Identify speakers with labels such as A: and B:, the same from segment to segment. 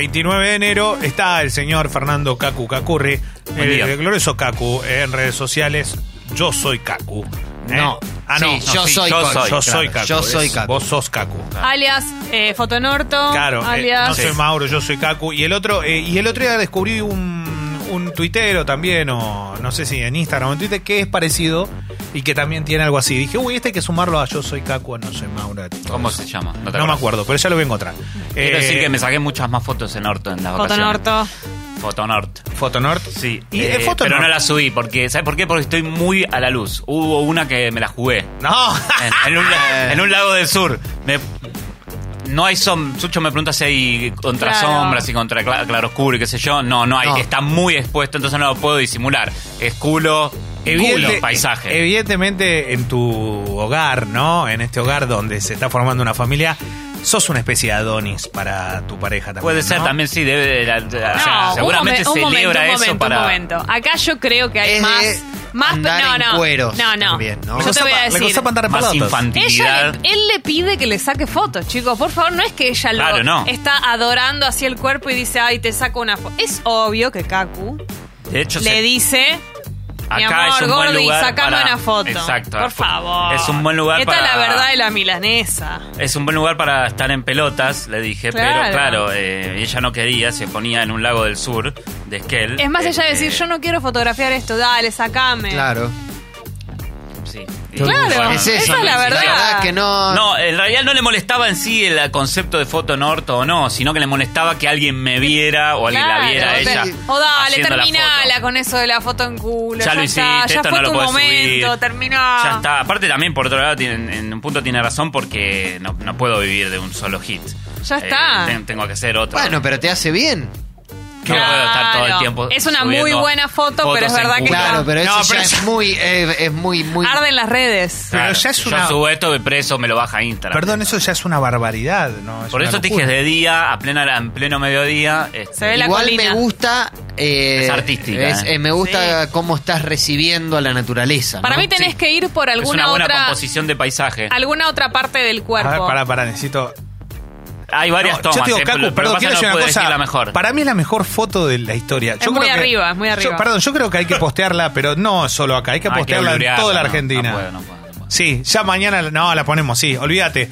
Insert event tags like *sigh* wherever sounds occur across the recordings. A: 29 de enero está el señor Fernando Cacu Cacurri,
B: Buen
A: el,
B: día.
A: el glorioso Cacu en redes sociales. Yo soy Cacu. ¿eh?
C: No.
A: Ah, no.
C: Sí,
A: no,
C: yo
A: sí,
C: soy
B: yo
C: Cor-
B: soy, Ah.
A: Yo
C: claro,
A: soy Cacu.
C: Yo soy
A: es-
C: Cacu.
A: Vos sos Cacu.
D: Alias eh, Fotonorto.
A: Claro, eh, no
D: alias.
A: soy
B: Sí.
A: Mauro, yo soy Cacu. Y el otro, eh, y el otro día descubrí un, un tuitero también, o no sé si en Instagram o en Twitter, que es parecido y que también tiene algo así. Dije, uy, este hay que sumarlo a Yo soy Cacu, a no soy Mauro.
B: ¿Cómo se
A: No,
B: llama? te
A: me
B: acuerdas.
A: acuerdo, pero ya lo voy a encontrar.
B: Quiero
A: Eh,
B: decir que me saqué muchas más fotos en Orto en las vacaciones.
D: Fotonorto.
B: Fotonort.
A: Fotonort.
B: Sí.
A: Y
B: eh,
A: es Fotonort.
B: Pero no la subí porque ¿sabes por qué? Porque estoy muy a la luz. Hubo una que me la jugué.
A: No.
B: En, en un,
D: *laughs*
B: la- en un lago del sur. Me- no hay sombra. Sucho me pregunta si hay contra
D: Claro.
B: sombras y contra cla- claroscuro y qué sé yo. No, no hay.
C: No.
B: Está muy expuesto, entonces no lo puedo disimular. Es culo,
A: Evidente-
B: culo, paisaje.
A: eh, Evidentemente, en tu hogar, ¿no? En este hogar donde se está formando una familia, sos una especie de Adonis para tu pareja también.
B: Puede ser
A: ¿no?
B: también, sí. Debe de la- de la-
D: No,
B: o sea,
D: un
B: seguramente
D: momen- un momento,
B: celebra
D: un
B: eso
D: momento,
B: para.
D: un momento. Acá yo creo que hay
C: Es
D: más.
C: de
D: más
C: andar
D: no,
C: en
D: no.
C: cueros
D: no, no.
C: también, ¿no?
D: Yo te voy a
A: Le
D: decir.
A: costaba andar
B: Más
A: pelotas.
B: infantil.
D: Ella
B: actividad.
D: le- él le pide que le saque fotos, chicos. Por favor, no es que ella lo
B: Claro, no.
D: está adorando así el cuerpo y dice, ay, te saco una foto. Es obvio que Kaku
B: De hecho,
D: le
B: se-
D: dice, mi
B: Acá
D: amor,
B: es un buen
D: gordi,
B: lugar
D: sacame
B: para-
D: una foto.
B: Exacto.
D: Por favor.
B: Es un buen lugar
D: Esta
B: para-
D: es la verdad de la milanesa.
B: Es un buen lugar para estar en pelotas, le dije,
D: Claro.
B: pero claro, eh, ella no quería, se ponía en un lago del sur de Esquel.
D: Es más, ella
B: Eh,
D: decir,
B: eh,
D: yo no quiero fotografiar esto, dale, sacame.
C: Claro.
B: sí.
D: Claro,
B: Bueno,
C: es eso.
D: esa es la
C: sí,
D: verdad.
C: que no.
B: No, en realidad no le molestaba en sí el concepto de foto norte o no, sino que le molestaba que alguien me viera o alguien
D: Claro,
B: la viera a
D: te-
B: ella.
D: O dale,
B: haciendo la
D: terminala
B: foto.
D: con eso de la foto en culo.
B: Ya, lo hiciste,
D: está, ya
B: esto
D: fue
B: no lo
D: tu
B: podés
D: momento,
B: subir.
D: terminó.
B: Ya está. Aparte también, por otro lado, tiene- en un punto tiene razón porque no, no puedo vivir de un solo hit.
D: Ya está.
B: ten- tengo que hacer otro.
C: Bueno, pero te hace bien.
B: No puedo estar todo el
D: Claro.
B: tiempo.
D: Es una
B: subiendo
D: muy buena foto, pero es
B: fotos en
D: verdad que
B: culo.
C: Claro, pero eso
A: No,
C: ya
A: pero
C: es
A: eso-
C: muy. eh, es muy, muy.
D: Arden las redes.
A: Pero
B: Claro,
A: ya es
B: yo
A: una-
B: subo esto de preso, me lo baja Instagram.
A: Perdón, eso ya es una barbaridad, ¿no? Es
B: Por
A: una
B: eso te
A: locura.
B: dije de día, a plena, en pleno mediodía. este,
D: Se ve la
C: Igual
D: colina.
C: me gusta. eh,
B: Es artística,
C: es-
B: eh.
C: eh, me gusta cómo estás recibiendo a la naturaleza. ¿no?
D: Para mí tenés
C: Sí.
D: que ir por
B: es una
D: alguna
B: buena
D: otra
B: composición de paisaje.
D: alguna otra parte del
A: A
D: cuerpo.
A: ver, pará, pará, necesito.
B: Hay varias
A: No,
B: tomas.
A: yo te digo,
B: eh,
A: Cacu,
B: pero- pero
A: perdón,
B: pasa
A: quiero
B: no
A: decir una
B: puedo decir
A: cosa.
B: la mejor.
A: Para mí es la mejor foto de la historia.
D: Es muy arriba, es muy
A: yo-
D: arriba.
A: perdón, yo creo que hay que postearla, pero no solo acá, hay que
B: Hay que
A: postearla en
B: blurearla,
A: toda la
B: no, Ah,
A: Argentina.
B: no puedo, no puedo, no puedo.
A: Sí, ya mañana no la ponemos, sí, olvídate.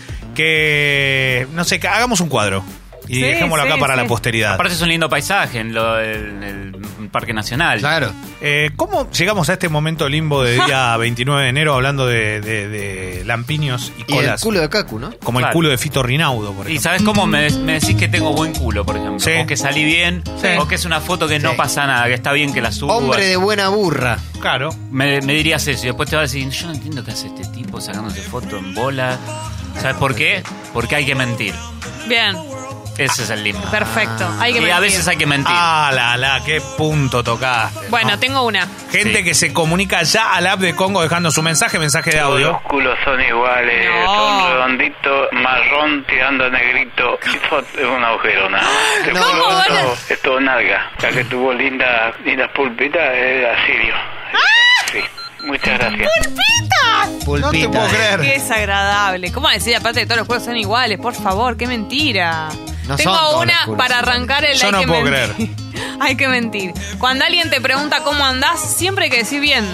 A: Que no sé, que hagamos un cuadro y
D: Sí,
A: dejémoslo acá
D: sí,
A: para
D: sí.
A: la posteridad.
B: Aparte es un lindo paisaje en, lo- en el Parque Nacional.
C: Claro.
A: Eh, ¿Cómo llegamos a este momento limbo de
D: *laughs*
A: día 29 de enero hablando de, de- de lampiños y
C: Y el
A: colas?
C: culo de Kaku, ¿no?
A: Como el
B: Claro.
A: culo de Fito Rinaudo, por
B: Y
A: ejemplo.
B: sabes cómo me, me decís que tengo buen culo, por ejemplo.
A: Sí.
B: O que salí bien, o que es una foto que no
C: Sí.
B: pasa nada, que está bien que la subo.
C: Hombre de buena burra.
A: Claro.
B: me, me dirías eso y después te vas a decir, yo no entiendo qué hace este tipo sacándose foto en bola. ¿Sabes por qué? Porque hay que mentir.
D: Bien,
B: Ese es el limbo.
D: perfecto. Hay que
B: y a
D: mentir.
B: veces hay que mentir.
A: Ah, la, la, qué punto tocaste. ¿no?
D: Bueno, tengo una.
A: Gente
B: Sí.
A: que se comunica ya al app de Congo dejando su mensaje, mensaje de
E: Todos
A: audio.
E: los culos son iguales,
D: No.
E: son redonditos, marrón tirando a negrito. Eso es un
C: *gasps*
E: agujero, ¿no? Te
C: No.
E: juro,
D: ¿Cómo van a-
E: esto, es todo nalga. La que tuvo lindas lindas pulpitas es asirio.
C: ¡Ah!
E: Sí, muchas gracias.
A: No te
C: Pulpita,
A: puedo
C: eh.
A: creer.
D: Qué desagradable. ¿Cómo decir aparte que todos los juegos son iguales? Por favor, qué mentira.
C: No son todos
D: Tengo
C: los
D: una
C: culos
D: para
C: iguales.
D: arrancar el
A: Yo
D: hay
A: no
D: que
A: puedo
D: mentir. *laughs* hay que mentir. Cuando alguien te pregunta cómo andás, siempre hay que decir bien.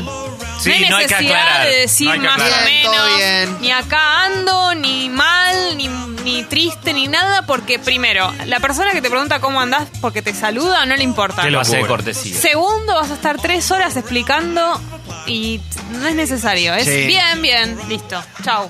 B: Sí,
D: no hay
B: no hay que
D: necesidad
B: aclarar,
D: de
B: no
D: decir
B: hay que
D: más o
B: aclarar.
C: Bien, todo
D: menos.
C: bien.
D: Ni acá ando, ni mal, ni, ni triste, ni nada, porque primero, la persona que te pregunta cómo andás porque te saluda no le importa.
B: Te lo hace de
A: locura.
B: cortesía.
D: Segundo, vas a estar tres horas explicando y no es necesario. Es
C: Sí.
D: bien, bien, listo. Chau.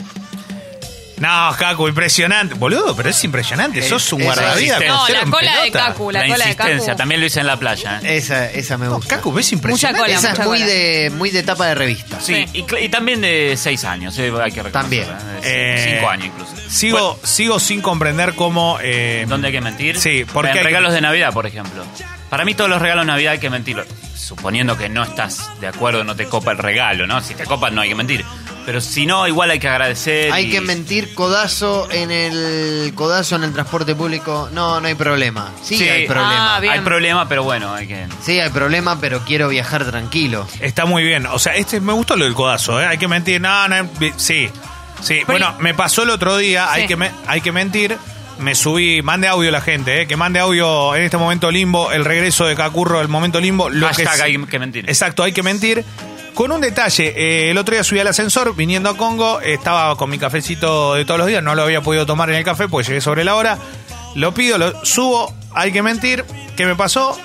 A: No, Cacu, impresionante. Boludo, pero es impresionante. Sos un
C: es
A: guardavidas
B: resistencia.
A: con
D: No,
A: cero
D: la
A: en
D: cola de
A: pelota.
D: Cacu, la, cola de
B: insistencia.
D: Cacu.
B: También lo hice en la playa. ¿eh?
C: Esa, esa me
A: No,
C: gusta.
A: Cacu, ves impresionante.
D: cola,
C: esa es
D: mucha
C: muy
D: cola.
C: de, muy de tapa de revista.
B: Sí, y, cl- y también de seis años, eh, hay que reconocer.
C: También.
B: ¿eh?
A: Eh,
B: Cinco años incluso.
A: Sigo,
B: Bueno,
A: sigo sin comprender cómo. eh,
B: ¿Dónde hay que mentir?
A: Sí, porque hay
B: En
A: que-
B: regalos de Navidad, por ejemplo. Para mí todos los regalos de Navidad hay que mentir. Suponiendo que no estás de acuerdo, no te copa el regalo, ¿no? Si te copa no hay que mentir. Pero si no, igual hay que agradecer.
C: Hay
B: y-
C: que mentir codazo en el codazo en el transporte público. No, no hay problema. Sí,
B: Sí.
C: hay problema.
D: Ah, bien.
B: Hay problema, pero bueno, hay que...
C: Sí, hay problema, pero quiero viajar tranquilo.
A: Está muy bien. O sea, este me gustó lo del codazo, ¿eh? Hay que mentir. No, no, sí. Sí.
D: Pero-
A: bueno, me pasó el otro día. Hay,
D: Sí.
A: que me- hay que mentir. Me subí, mande audio la gente, eh, que mande audio en este momento limbo, el regreso de Cacurro, el momento limbo. Lo
B: Hashtag
A: que, se-
B: hay que mentir.
A: Exacto, hay que mentir. Con un detalle, eh, el otro día subí al ascensor viniendo a Congo, estaba con mi cafecito de todos los días, no lo había podido tomar en el café pues llegué sobre la hora. Lo pido, lo subo, hay que mentir. ¿Qué me pasó?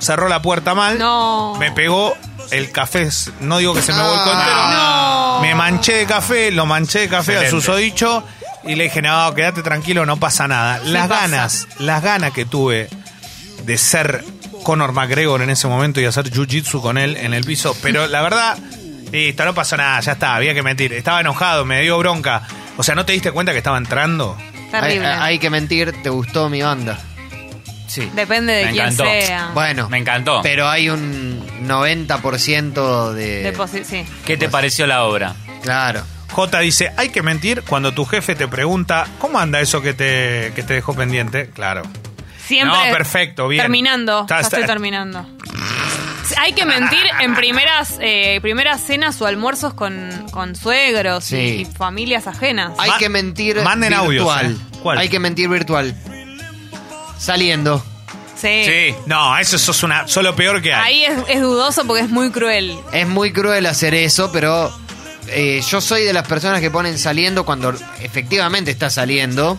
A: Cerró la puerta mal.
D: No.
A: Me pegó el café, no digo que se me volcó entero.
D: Ah. No.
A: Me manché de café, lo manché de café al
B: Excelente.
A: susodicho y le dije, no, quédate tranquilo, no pasa nada. Las
D: pasa.
A: ganas, las ganas que tuve de ser Conor McGregor en ese momento y hacer jiu-jitsu con él en el piso, pero la verdad, listo, no pasó nada, ya está, había que mentir. Estaba enojado, me dio bronca. O sea, ¿no te diste cuenta que estaba entrando?
C: Hay,
D: Terrible.
C: hay que mentir, te gustó mi banda.
B: Sí.
D: Depende de
B: Me
D: quién
B: encantó.
D: sea.
C: Bueno,
B: Me encantó.
C: pero hay un 90% de...
D: De posi- sí.
B: ¿Qué te pareció la obra?
C: Claro.
A: J dice, hay que mentir cuando tu jefe te pregunta, ¿cómo anda eso que te, que te dejó pendiente? Claro.
D: Siempre.
A: No, perfecto, bien.
D: Terminando.
A: Está-
D: ya
A: está-
D: estoy terminando. Hay que mentir en primeras eh, primeras cenas o almuerzos con, con suegros
C: Sí.
D: y, y familias ajenas.
C: Hay
A: Ma-
C: que mentir
A: manden audios,
C: virtual.
A: ¿eh? ¿Cuál?
C: Hay que mentir virtual. Saliendo.
D: Sí.
B: Sí.
A: No, eso sos una, solo peor que hay.
D: Eh. Ahí es, es dudoso porque es muy cruel.
C: Es muy cruel hacer eso, pero eh, yo soy de las personas que ponen saliendo cuando efectivamente está saliendo,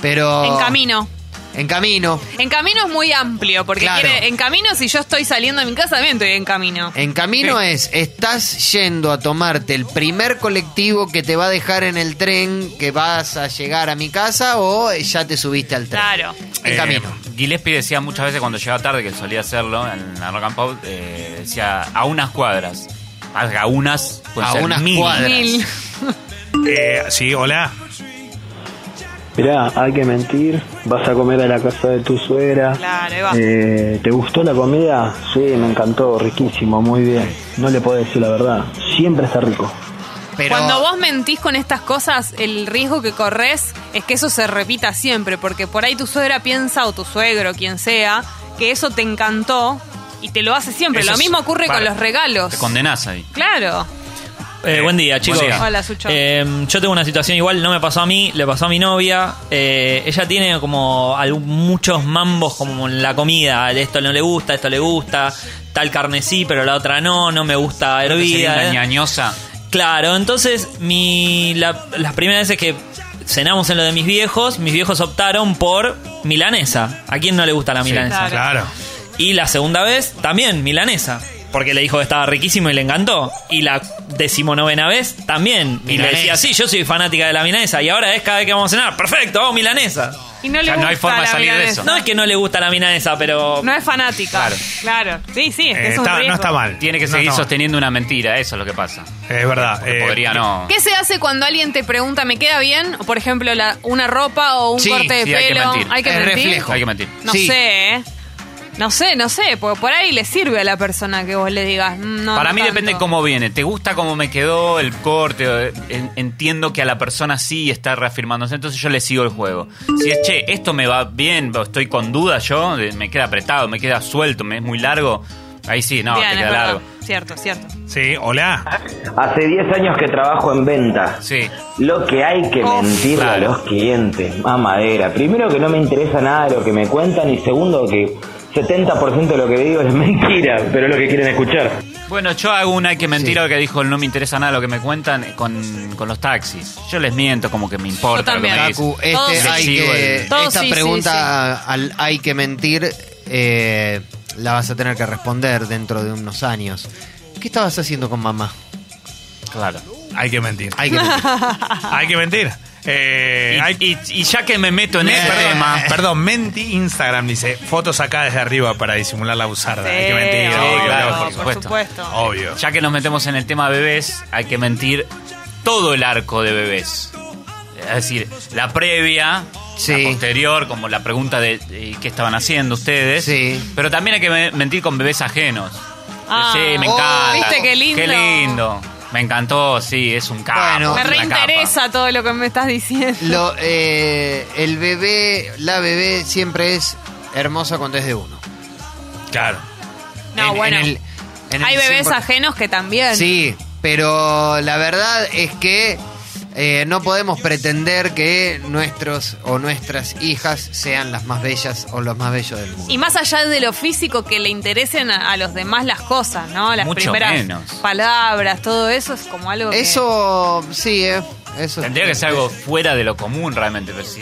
C: pero...
D: En camino.
C: En camino.
D: En camino es muy amplio, porque
C: Claro.
D: quiere- en camino, si yo estoy saliendo de mi casa, también estoy en camino.
C: En camino es, estás yendo a tomarte el primer colectivo que te va a dejar en el tren que vas a llegar a mi casa o ya te subiste al tren.
D: Claro.
C: En
B: Eh,
C: camino.
B: Gillespie decía muchas veces cuando llegaba tarde, que solía hacerlo en la Rock and Pop, eh, decía a unas cuadras. Haga unas, pues pueden
C: A
B: ser
C: unas
B: mil.
C: cuadras.
D: Mil.
A: Eh, sí, hola.
F: Mirá, hay que mentir, vas a comer a la casa de tu suegra.
D: Claro, ahí va.
F: Eh, ¿Te gustó la comida? Sí, me encantó, riquísimo, muy bien. No le puedo decir la verdad, siempre está rico.
C: Pero
D: Cuando vos mentís con estas cosas, el riesgo que corres es que eso se repita siempre, porque por ahí tu suegra piensa, o tu suegro, quien sea, que eso te encantó y te lo hace siempre.
B: Eso
D: lo
B: es-
D: mismo ocurre
B: claro.
D: con los regalos.
B: Te condenás ahí.
D: Claro.
G: Eh, buen día, chicos.
B: día.
D: Hola, Sucho.
G: Eh, yo tengo una situación igual, no me pasó a mí, le pasó a mi novia. Eh, ella tiene como algún- muchos mambos como en la comida. Esto no le gusta, esto le gusta. Tal carne sí, pero la otra no, no me gusta
B: Sería una
G: hervida. ¿eh?
B: ñañosa.
G: Claro, entonces mi, la- las primeras veces que cenamos en lo de mis viejos, mis viejos optaron por milanesa. ¿A quién no le gusta la milanesa?
D: Claro.
A: Claro.
G: Y la segunda vez, también milanesa. Porque le dijo que estaba riquísimo y le encantó. Y la decimonovena vez, también. Y le
C: Milanesa.
G: decía, sí, yo soy fanática de la milanesa. Y ahora es cada vez que vamos a cenar, perfecto, vamos milanesa.
D: Y no le
B: Ya no
D: gusta
B: hay forma de
D: la
B: salir de
D: milanesa.
B: eso.
G: No es que no le gusta la milanesa, pero...
D: No es fanática. Claro.
B: Claro.
D: Sí, sí, es que
A: Eh,
D: es un
A: está-
D: riesgo.
A: no está mal.
B: Tiene que
A: No
B: seguir
A: está mal.
B: sosteniendo una mentira, eso es lo que pasa.
A: Es verdad. eh,
B: Podría no.
D: ¿Qué se hace cuando alguien te pregunta, ¿me queda bien? O, Por ejemplo, la- una ropa o un
C: Sí,
D: corte de
B: sí, hay que
D: pelo.
B: mentir.
D: Hay que
C: Es
D: mentir.
C: reflejo.
B: Hay que mentir.
D: No
C: Sí.
D: sé, ¿eh? No sé, no sé, porque por ahí le sirve a la persona que vos le digas. mm, No,
B: Para
D: no
B: mí
D: tanto.
B: depende cómo viene. ¿Te gusta cómo me quedó el corte? Eh, en- Entiendo que a la persona sí está reafirmándose, entonces yo le sigo el juego. Si es, che, esto me va bien, o estoy con duda yo, de- me queda apretado, me queda suelto, me es muy largo, ahí sí, no,
D: Bien,
B: te
D: es
B: queda
D: verdad.
B: largo.
D: Cierto, cierto.
A: Sí, hola.
H: Hace 10 años que trabajo en ventas.
B: Sí.
H: Lo que hay que
D: Uf,
H: mentirle
B: claro.
H: a los clientes, a madera. Primero que no me interesa nada de lo que me cuentan y segundo que 70% de lo que digo es *laughs* mentira, pero es lo que quieren escuchar.
B: Bueno, yo hago una que mentira
C: Sí.
B: lo que dijo, no me interesa nada lo que me cuentan eh, con, con los taxis. Yo les miento como que me importa
D: Yo
B: lo que me
D: también.
B: dicen.
C: Facu, este
D: Todos sí.
C: hay que,
D: Todos
C: esta
D: sí, sí,
C: pregunta al hay que mentir eh, la vas a tener que responder dentro de unos años. ¿Qué estabas haciendo con mamá?
B: Claro.
A: Hay que
D: *laughs*
A: mentir.
C: Hay que mentir.
A: Hay que mentir. Eh,
B: Y,
A: hay-
B: y- y ya que me meto en
A: Me-
B: este
A: perdón, eh,
B: tema,
A: perdón, menti Instagram dice fotos acá desde arriba para disimular la buzarda. Hay que
D: Sí,
A: mentir,
B: sí,
A: obvio,
B: claro,
A: lógico,
B: por
D: por
B: supuesto.
D: supuesto.
A: obvio.
B: Ya que nos metemos en el tema bebés, hay que mentir todo el arco de bebés. Es decir, la previa,
C: Sí.
B: la posterior, como la pregunta de eh, qué estaban haciendo ustedes.
C: Sí.
B: Pero también hay que me- mentir con bebés ajenos. Eh,
D: Ah.
B: sí, me
D: Oh,
B: encanta.
D: ¿viste qué lindo?
B: Qué lindo. Me encantó, sí, es un capo.
C: Bueno.
B: es
D: Me
B: una
D: reinteresa todo lo que me estás diciendo.
C: Lo, eh, el bebé, la bebé siempre es hermosa cuando es de uno.
A: Claro.
D: No, bueno.
C: en el
D: Hay bebés
C: 100%.
D: ajenos que también.
C: Sí, pero la verdad es que Eh, no podemos pretender que nuestros o nuestras hijas sean las más bellas o los más bellos del mundo.
D: Y más allá de lo físico, que le interesen a, a los demás las cosas, ¿no? Las
B: Mucho
D: primeras
B: menos.
D: palabras, todo eso es como algo que-
C: Eso, sí, eh, eso.
B: Tendría que ser algo fuera de lo común realmente. Pero si,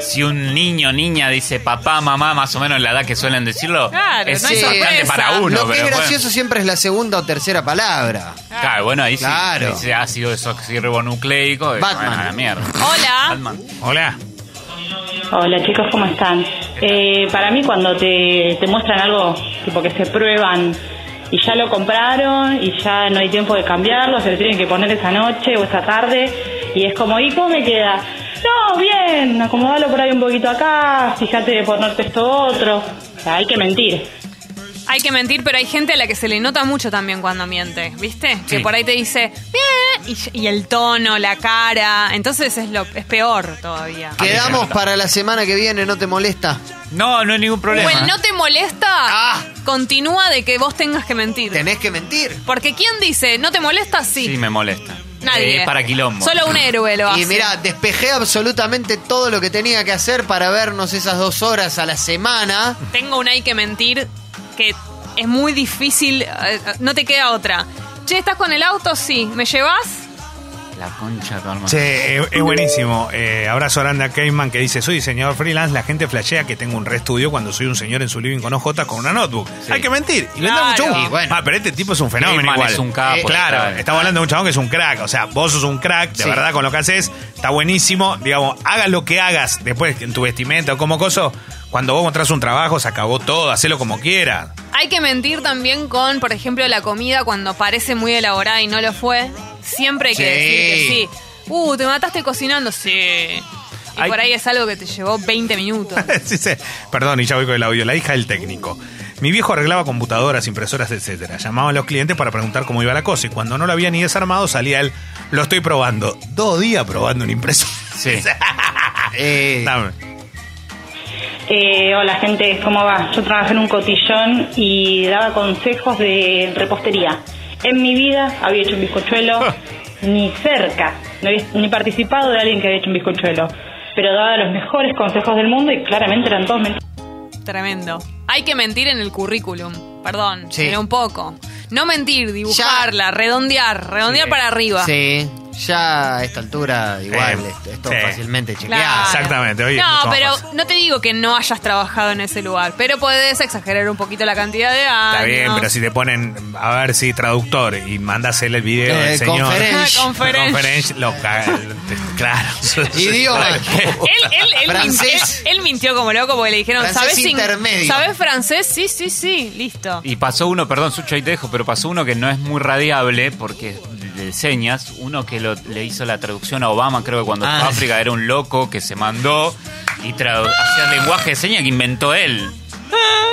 B: si un niño o niña dice papá, mamá, más o menos la edad que suelen decirlo,
D: Claro,
B: es
D: no hay
B: impactante
D: sorpresa.
B: para uno.
C: Lo que es
B: pero
C: gracioso siempre es la segunda o tercera palabra.
B: bueno. Ah. Claro, bueno, ahí sí.
C: Claro.
B: Dice ácido desoxirribonucleico. y
C: Batman.
B: bueno, a la mierda.
D: Hola.
B: *laughs* Batman.
A: Hola.
I: Hola chicos, ¿cómo están? Eh, para mí cuando te, te muestran algo, tipo que se prueban y ya lo compraron y ya no hay tiempo de cambiarlo, se lo tienen que poner esa noche o esa tarde y es como, ¿y cómo me queda? No, bien, acomodalo por ahí un poquito acá, fíjate de ponerte esto otro. O sea, hay que mentir.
D: Hay que mentir, pero hay gente a la que se le nota mucho también cuando miente, ¿viste?
B: Sí.
D: Que por ahí te dice, "Bien", y, y el tono, la cara. Entonces es, lo, es peor todavía.
C: Quedamos para la semana que viene, ¿no te molesta?
B: No, no hay ningún problema.
D: Bueno, ¿no te molesta?
C: Ah.
D: Continúa de que vos tengas que mentir.
C: Tenés que mentir.
D: Porque ¿quién dice, no te molesta? Sí.
B: Sí, me molesta.
D: Nadie.
B: Eh, es para quilombo.
D: Solo un héroe lo hace.
C: Y mira, despejé absolutamente todo lo que tenía que hacer para vernos esas dos horas a la semana.
D: Tengo una hay que mentir que es muy difícil, eh, no te queda otra. Che, ¿estás con el auto? Sí. ¿Me llevas?
B: La concha, de tu alma.
A: Che, es, es buenísimo. Eh, abrazo grande a Keyman que dice, soy diseñador freelance, la gente flashea que tengo un re estudio cuando soy un señor en su living con OJ con una notebook.
B: Sí.
A: Hay que mentir. Y le da
D: Claro.
A: mucho gusto.
C: Y bueno.
A: Ah, pero este tipo es un fenómeno
B: Keyman
A: igual.
B: es un capo,
A: Eh, claro,
B: está bien.
A: estamos hablando de un chabón que es un crack. O sea, vos sos un crack, de
C: Sí.
A: verdad, con lo que haces, está buenísimo. Digamos, hagas lo que hagas después en tu vestimenta o como coso. Cuando vos encontrás un trabajo, se acabó todo, hacelo como quieras.
D: Hay que mentir también con, por ejemplo, la comida cuando parece muy elaborada y no lo fue. Siempre hay que
C: Sí.
D: decir que sí. Uh, te mataste cocinando. Sí. Y
A: Hay-
D: por ahí es algo que te llevó 20 minutos. *laughs*
A: *laughs* Sí, sí. Perdón, y ya voy con el audio. La hija del técnico. Mi viejo arreglaba computadoras, impresoras, etcétera. Llamaba a los clientes para preguntar cómo iba la cosa. Y cuando no lo había ni desarmado, salía él. Lo estoy probando. Dos días probando una impresora. *laughs*
B: Sí.
C: Eh,
A: Dame.
I: Eh, hola gente, ¿cómo va? Yo trabajé en un cotillón y daba consejos de repostería. En mi vida había hecho un bizcochuelo ni cerca, no había ni participado de alguien que había hecho un bizcochuelo, pero daba los mejores consejos del mundo y claramente eran todos mentiras.
D: Tremendo. Hay que mentir en el currículum. Perdón,
C: Sí.
D: pero un poco. No mentir, dibujarla, redondear, redondear para arriba.
C: sí, ya a esta altura igual,
A: Sí.
C: es, es todo
A: Sí.
C: fácilmente chequeado.
D: Claro.
A: Exactamente, hoy es mucho
D: no,
A: más
D: pero
A: fácil.
D: no te digo que no hayas trabajado en ese lugar, pero podés exagerar un poquito la cantidad de años.
A: Está bien, pero si te ponen, a ver si traductor y mandas el video
C: Eh,
A: del señor. *laughs*
C: conference.
D: Conference.
A: Conference, lo ca- te-
B: *laughs*
A: Claro.
C: Idioma.
D: Él, él, él,
C: Francés.
D: mintió, él mintió como loco porque le dijeron,
C: Francés
D: ¿sabes, in-
C: intermedio.
D: ¿sabes francés? Sí, sí, sí, listo.
B: Y pasó uno, perdón, Sucho, ahí te dejo, pero pasó uno que no es muy radiable porque le señas, uno que lo- le hizo la traducción a Obama, creo que cuando
C: Ah.
B: fue a África era un loco que se mandó y tradu- hacía lenguaje de señas que inventó él.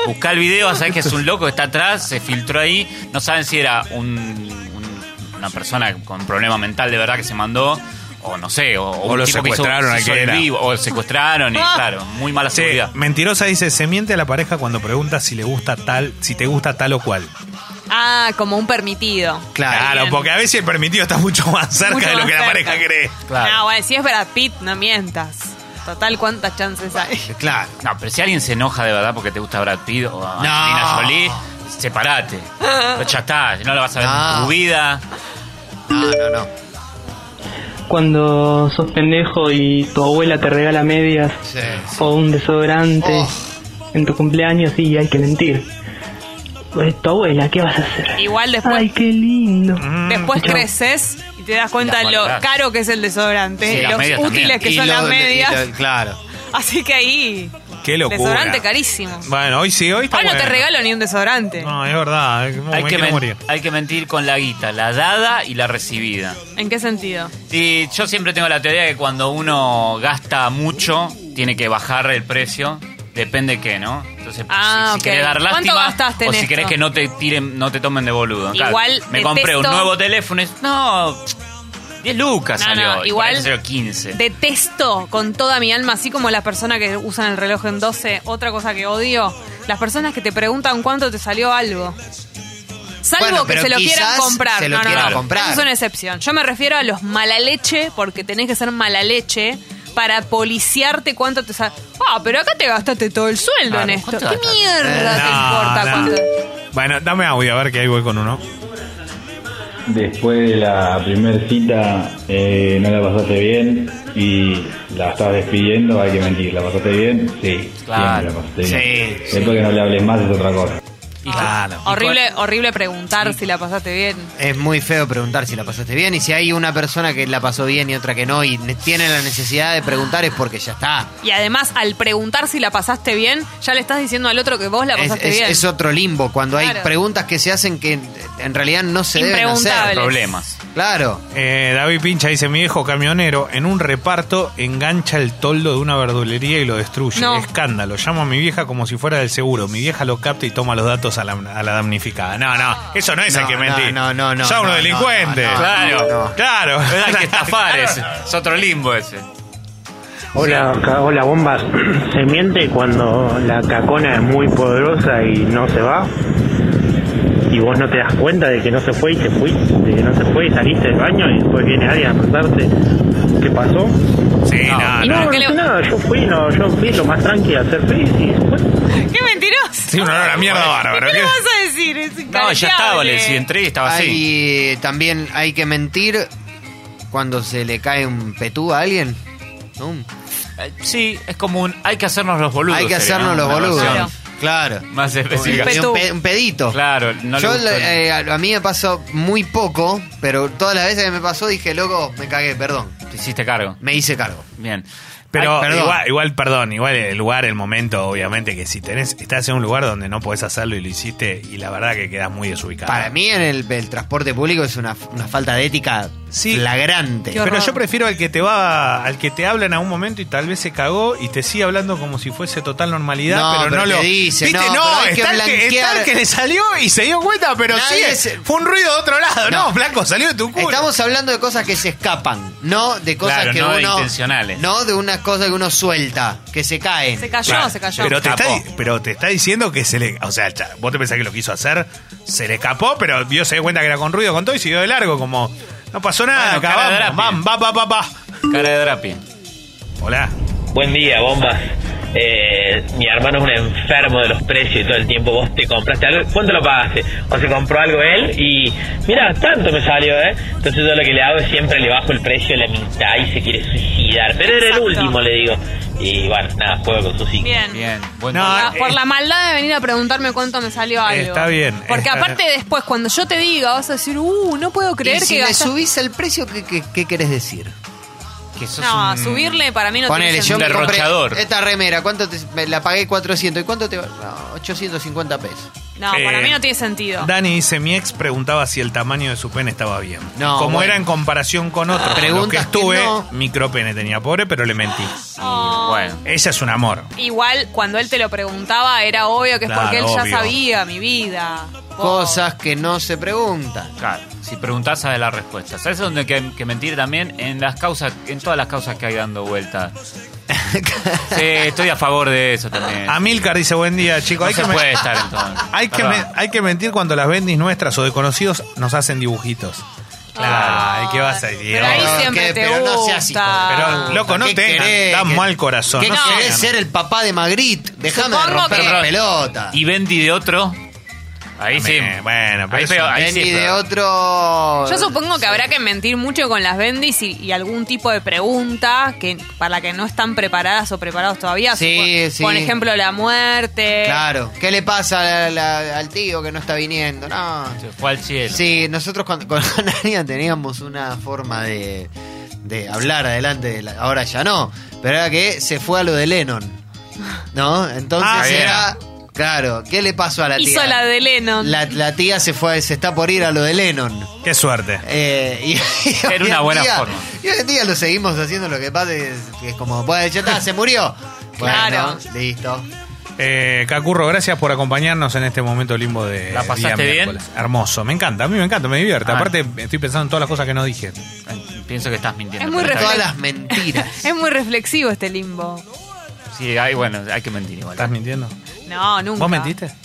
B: Buscá el video, sabés que es un loco que está atrás, se filtró ahí, no saben si era un- un- una persona con problema mental de verdad que se mandó. O no sé, o,
A: O
B: un
A: lo
B: tipo que hizo-
A: secuestraron,
B: se
A: al
B: hizo
A: que
B: el
A: era.
B: vivo, o secuestraron, y claro, muy mala
A: Sí,
B: seguridad.
A: mentirosa dice, se miente a la pareja cuando pregunta si le gusta tal, si te gusta tal o cual.
D: Ah, como un permitido.
A: Claro,
D: bien.
A: porque a veces el permitido está mucho más cerca
D: Mucho
A: de lo
D: más
A: que la
D: cerca.
A: pareja cree.
B: Claro.
D: Ah, bueno, si es Brad Pitt, no mientas. Total, ¿cuántas chances hay?
C: Claro.
B: No, pero si alguien se enoja de verdad porque te gusta Brad Pitt o Angelina Jolie, separate. Pero ya está, no la vas a ver en
C: No.
B: tu vida.
C: No, no, no.
J: Cuando sos pendejo y tu abuela te regala medias
C: Sí.
J: o un desodorante
C: Oh.
J: en tu cumpleaños, sí, hay que mentir. Pues tu abuela, ¿qué vas a hacer?
D: Igual después-
J: Ay, qué lindo.
D: Después
J: Chao.
D: creces y te das cuenta
B: La
D: lo
B: cualidad.
D: caro que es el desodorante,
B: Sí, las
D: los útiles
B: medias también.
D: que
C: Y
D: son
C: lo-
D: las medias.
C: y lo- claro.
D: Así que ahí.
A: Qué locura.
D: Desodorante carísimo.
A: Bueno, hoy sí, hoy está
D: Ahora no te
A: bueno.
D: regalo ni un desodorante.
A: No, es verdad. es como
B: Hay
A: me
B: que,
A: quiero
B: men-
A: morir.
B: hay que mentir con la guita, la dada y la recibida.
D: ¿En qué sentido?
B: Y yo siempre tengo la teoría de que cuando uno gasta mucho, tiene que bajar el precio. Depende qué, ¿no? Entonces, si,
D: Ah, ok.
B: si querés dar
D: ¿Cuánto
B: lástima
D: gastaste
B: o
D: en
B: si querés
D: esto?
B: que no te tiren, no te tomen de boludo. Claro,
D: Igual
B: me compré un
D: detesto-
B: nuevo teléfono. y- No, 10 lucas
D: No,
B: salió.
D: no,
B: y
D: igual-
B: parece que salió 15.
D: Detesto con toda mi alma, así como las personas que usan el reloj en 12. Otra cosa que odio, las personas que te preguntan cuánto te salió algo. Salvo
C: Bueno,
D: que
C: pero
D: se lo quieran
C: quizás
D: comprar.
C: se lo
D: no, no,
C: quieran
D: no.
C: comprar.
D: Eso es una excepción. Yo me refiero a los mala leche, porque tenés que ser mala leche para policiarte cuánto te sale. Ah, pero acá te gastaste todo el sueldo
A: Claro,
D: en esto.
A: ¿cuánto
D: ¿Qué
A: gastaste?
D: mierda
C: Eh,
D: te importa
A: no.
D: cuánto?
A: Bueno, dame audio, a ver que ahí voy con uno.
K: Después de la primer cita eh, no la pasaste bien y la estás despidiendo, hay que mentir. ¿La pasaste bien? Sí. siempre
B: Claro.
K: la pasaste
B: Sí,
K: bien.
B: sí.
K: Después que no le hables más es otra cosa.
D: Horrible, horrible preguntar si la pasaste bien.
C: Es muy feo preguntar si la pasaste bien y si hay una persona que la pasó bien y otra que no y ne- tiene la necesidad de preguntar es porque ya está.
D: Y además, al preguntar si la pasaste bien, ya le estás diciendo al otro que vos la
C: Es,
D: pasaste
C: es-
D: bien.
C: es otro limbo cuando hay
D: Claro.
C: preguntas que se hacen que en realidad no se deben hacer. Claro.
A: Eh, David Pincha dice: Mi viejo camionero en un reparto engancha el toldo de una verdulería y lo destruye.
D: No.
A: Escándalo. Llamo a mi vieja como si fuera del seguro. Mi vieja lo capta y toma los datos a la, a la damnificada. No, no, eso no es el que mentí.
C: no, no, no,
A: Son
C: no,
A: unos
C: no,
A: delincuentes.
C: no, no,
B: Claro,
A: claro.
B: *laughs* Hay
A: *laughs*
B: que estafar ese. Es otro limbo ese.
J: Hola, ca- hola bombas. *clears throat* ¿Se miente cuando la cacona es muy poderosa y no se va? Y vos no te das cuenta de que no se fue y te fuiste, de que no se fue y saliste del baño y después viene alguien a preguntarte ¿qué pasó?
A: Sí,
B: Ah,
J: no, no, no, hice nada, yo fui, no, yo fui lo más tranqui a ser feliz y después
D: ¡Qué mentiroso!
A: Sí, un olor a mierda bárbaro.
D: ¿Qué
A: ¿qué?
D: le vas a decir? Es incareteable.
B: Ah,
C: Hay- también hay que mentir cuando se le cae un petú a alguien. ¿no?
B: Eh, Sí, es como un. Hay que hacernos los boludos.
C: Hay que
B: sería, ¿no?
C: hacernos los
B: Una
C: boludos.
B: versión
C: Claro.
B: Más específica.
C: Un, pe- un pedito.
B: Claro, no le
C: Yo,
B: gustó.
C: eh, a a mí me pasó muy poco, pero todas las veces que me pasó dije, loco, me cagué, perdón.
B: Te hiciste cargo.
C: Me hice cargo.
B: Bien.
A: Pero
C: Ay, perdón.
A: igual, igual, perdón, igual el lugar, el momento, obviamente, que si tenés, estás en un lugar donde no podés hacerlo y lo hiciste, y la verdad que quedás muy desubicado.
C: Para mí en el, el transporte público es una, una falta de ética flagrante.
A: Pero yo prefiero al que te va, al que te habla en algún momento y tal vez se cagó y te sigue hablando como si fuese total normalidad,
C: No,
A: pero,
C: pero
A: no
C: te
A: lo
C: dice,
A: ¿Viste?
C: no,
A: No,
C: pero hay que
A: está, el que, está el
C: blanquear.
A: que le salió y se dio cuenta, pero
C: Nadie
A: sí,
C: se-
A: fue un ruido de otro lado. No, flaco, salió de tu culo.
C: Estamos hablando de cosas que se escapan, no de cosas
A: Claro,
C: que
A: no de
C: uno.
A: intencionales.
C: No de unas cosas que uno suelta, que se caen.
D: Se cayó,
A: Claro,
D: se cayó.
A: Pero te, está, di- pero te está diciendo que se le. O sea, cha- vos te pensás que lo quiso hacer, se le escapó, pero Dios se dio cuenta que era con ruido, con todo y siguió de largo, como. No pasó nada,
B: Bueno, cara de
A: acabamos. Bam, va, va, va, va.
B: Cara de drapi.
A: Hola.
L: Buen día, bombas. Eh, mi hermano es un enfermo de los precios y todo el tiempo vos te compraste algo. ¿Cuánto lo pagaste? O se compró algo él y mira, tanto me salió, ¿eh? Entonces yo lo que le hago es siempre le bajo el precio de la mitad y se quiere suicidar. Pero era el
D: Exacto.
L: último, le digo. Y bueno, nada, juego con su psique.
D: Bien.
B: Bien,
D: por,
A: Ah,
D: la,
A: eh.
D: por la maldad de venir a preguntarme cuánto me salió algo.
L: Está bien,
D: Porque
L: está
D: aparte después, cuando yo te diga, vas a decir, uh, no puedo
C: Y
D: creer
C: si
D: que
C: me
D: gastaste.
C: subís el precio, ¿qué, qué, qué querés decir?
B: Que
D: No, subirle para mí no
C: Ponele,
D: tiene
C: yo me
D: sentido.
C: compré esta remera, ¿cuánto te- me la pagué 400. ¿Y cuánto te va? No, 850 pesos.
D: No, para
A: Eh,
D: mí no tiene sentido.
A: Dani dice: Mi ex preguntaba si el tamaño de su pene estaba bien.
C: No,
A: Como
C: bueno.
A: era en comparación con otro. Preguntas que
C: Preguntas que
A: estuve,
C: no.
A: micropene tenía pobre, pero le mentí.
D: Oh.
A: Bueno. Ella es un amor.
D: Igual, cuando él te lo preguntaba, era obvio que es
A: Claro,
D: porque él
A: obvio.
D: ya sabía mi vida.
C: Cosas que no se preguntan.
B: Claro, si preguntás, sabes la respuesta. ¿Sabes dónde que, que mentir también? En las causas, en todas las causas que hay dando
C: *laughs*
B: vueltas. sí, estoy a favor de eso también.
A: Amilcar dice: Buen día, chicos.
B: Eh. No
A: hay
B: se
A: que me-
B: puede estar en
C: *laughs*
B: todo.
A: Hay que,
B: Perdón.
A: men- hay que mentir cuando las bendis nuestras o de conocidos nos hacen dibujitos. Claro, ¿y ¿qué vas a decir?
D: Pero ahí
A: Oh,
D: siempre
A: qué-
D: te
A: pero no seas
D: gusta.
A: Pero, loco, no
C: Ah, ¿Qué
A: tengan
C: querés?
A: tan
C: ¿Qué-
A: mal corazón.
C: ¿Qué
A: no
C: querés
A: sean.
C: ser el papá de Magritte? Déjame de
B: Supongo
C: romper
B: que-
C: la pelota.
B: Y Bendy de otro. Ahí sí.
A: Bueno,
B: ahí, Ah, pero, ahí sí,
C: Bendy de
B: pero-
C: otro.
D: Yo supongo que habrá que mentir mucho con las bendis y, y algún tipo de pregunta que para la que no están preparadas o preparados todavía.
C: Sí,
D: Supo-
C: sí.
D: Por ejemplo, la muerte.
C: Claro. ¿Qué le pasa a la- al tío que no está viniendo? No.
B: Fue al cielo.
C: Sí, nosotros con, con Anania teníamos una forma de, de hablar adelante, de la- ahora ya no, pero era que se fue a lo de Lennon, ¿no? Entonces
D: Ah, bien.
C: era, claro, ¿qué le pasó a la
D: Hizo
C: tía?
D: la de Lennon.
C: La, la tía se fue, se está por ir a lo de Lennon.
A: Qué suerte.
C: Eh, y- *laughs* y
B: Era
C: hoy
B: una
C: en
B: buena
C: día-
B: forma.
C: Y hoy en día lo seguimos haciendo, lo que pasa es que es como, bueno, ya está, se murió.
A: Claro.
C: Bueno, listo.
A: Eh, Cacurro, gracias por acompañarnos en este momento limbo de.
B: ¿La pasaste bien?
A: miércoles. Hermoso, me encanta, a mí me encanta, me divierte.
B: Ah.
A: Aparte, estoy pensando en todas las cosas que no dije.
B: Pienso que estás mintiendo.
D: Es muy
B: pero está
D: reflexivo.
B: bien.
C: mentiras.
D: es muy reflexivo este limbo.
B: Sí, hay, bueno, hay que mentir igual.
A: ¿Estás mintiendo?
D: No, nunca.
A: ¿Vos mentiste?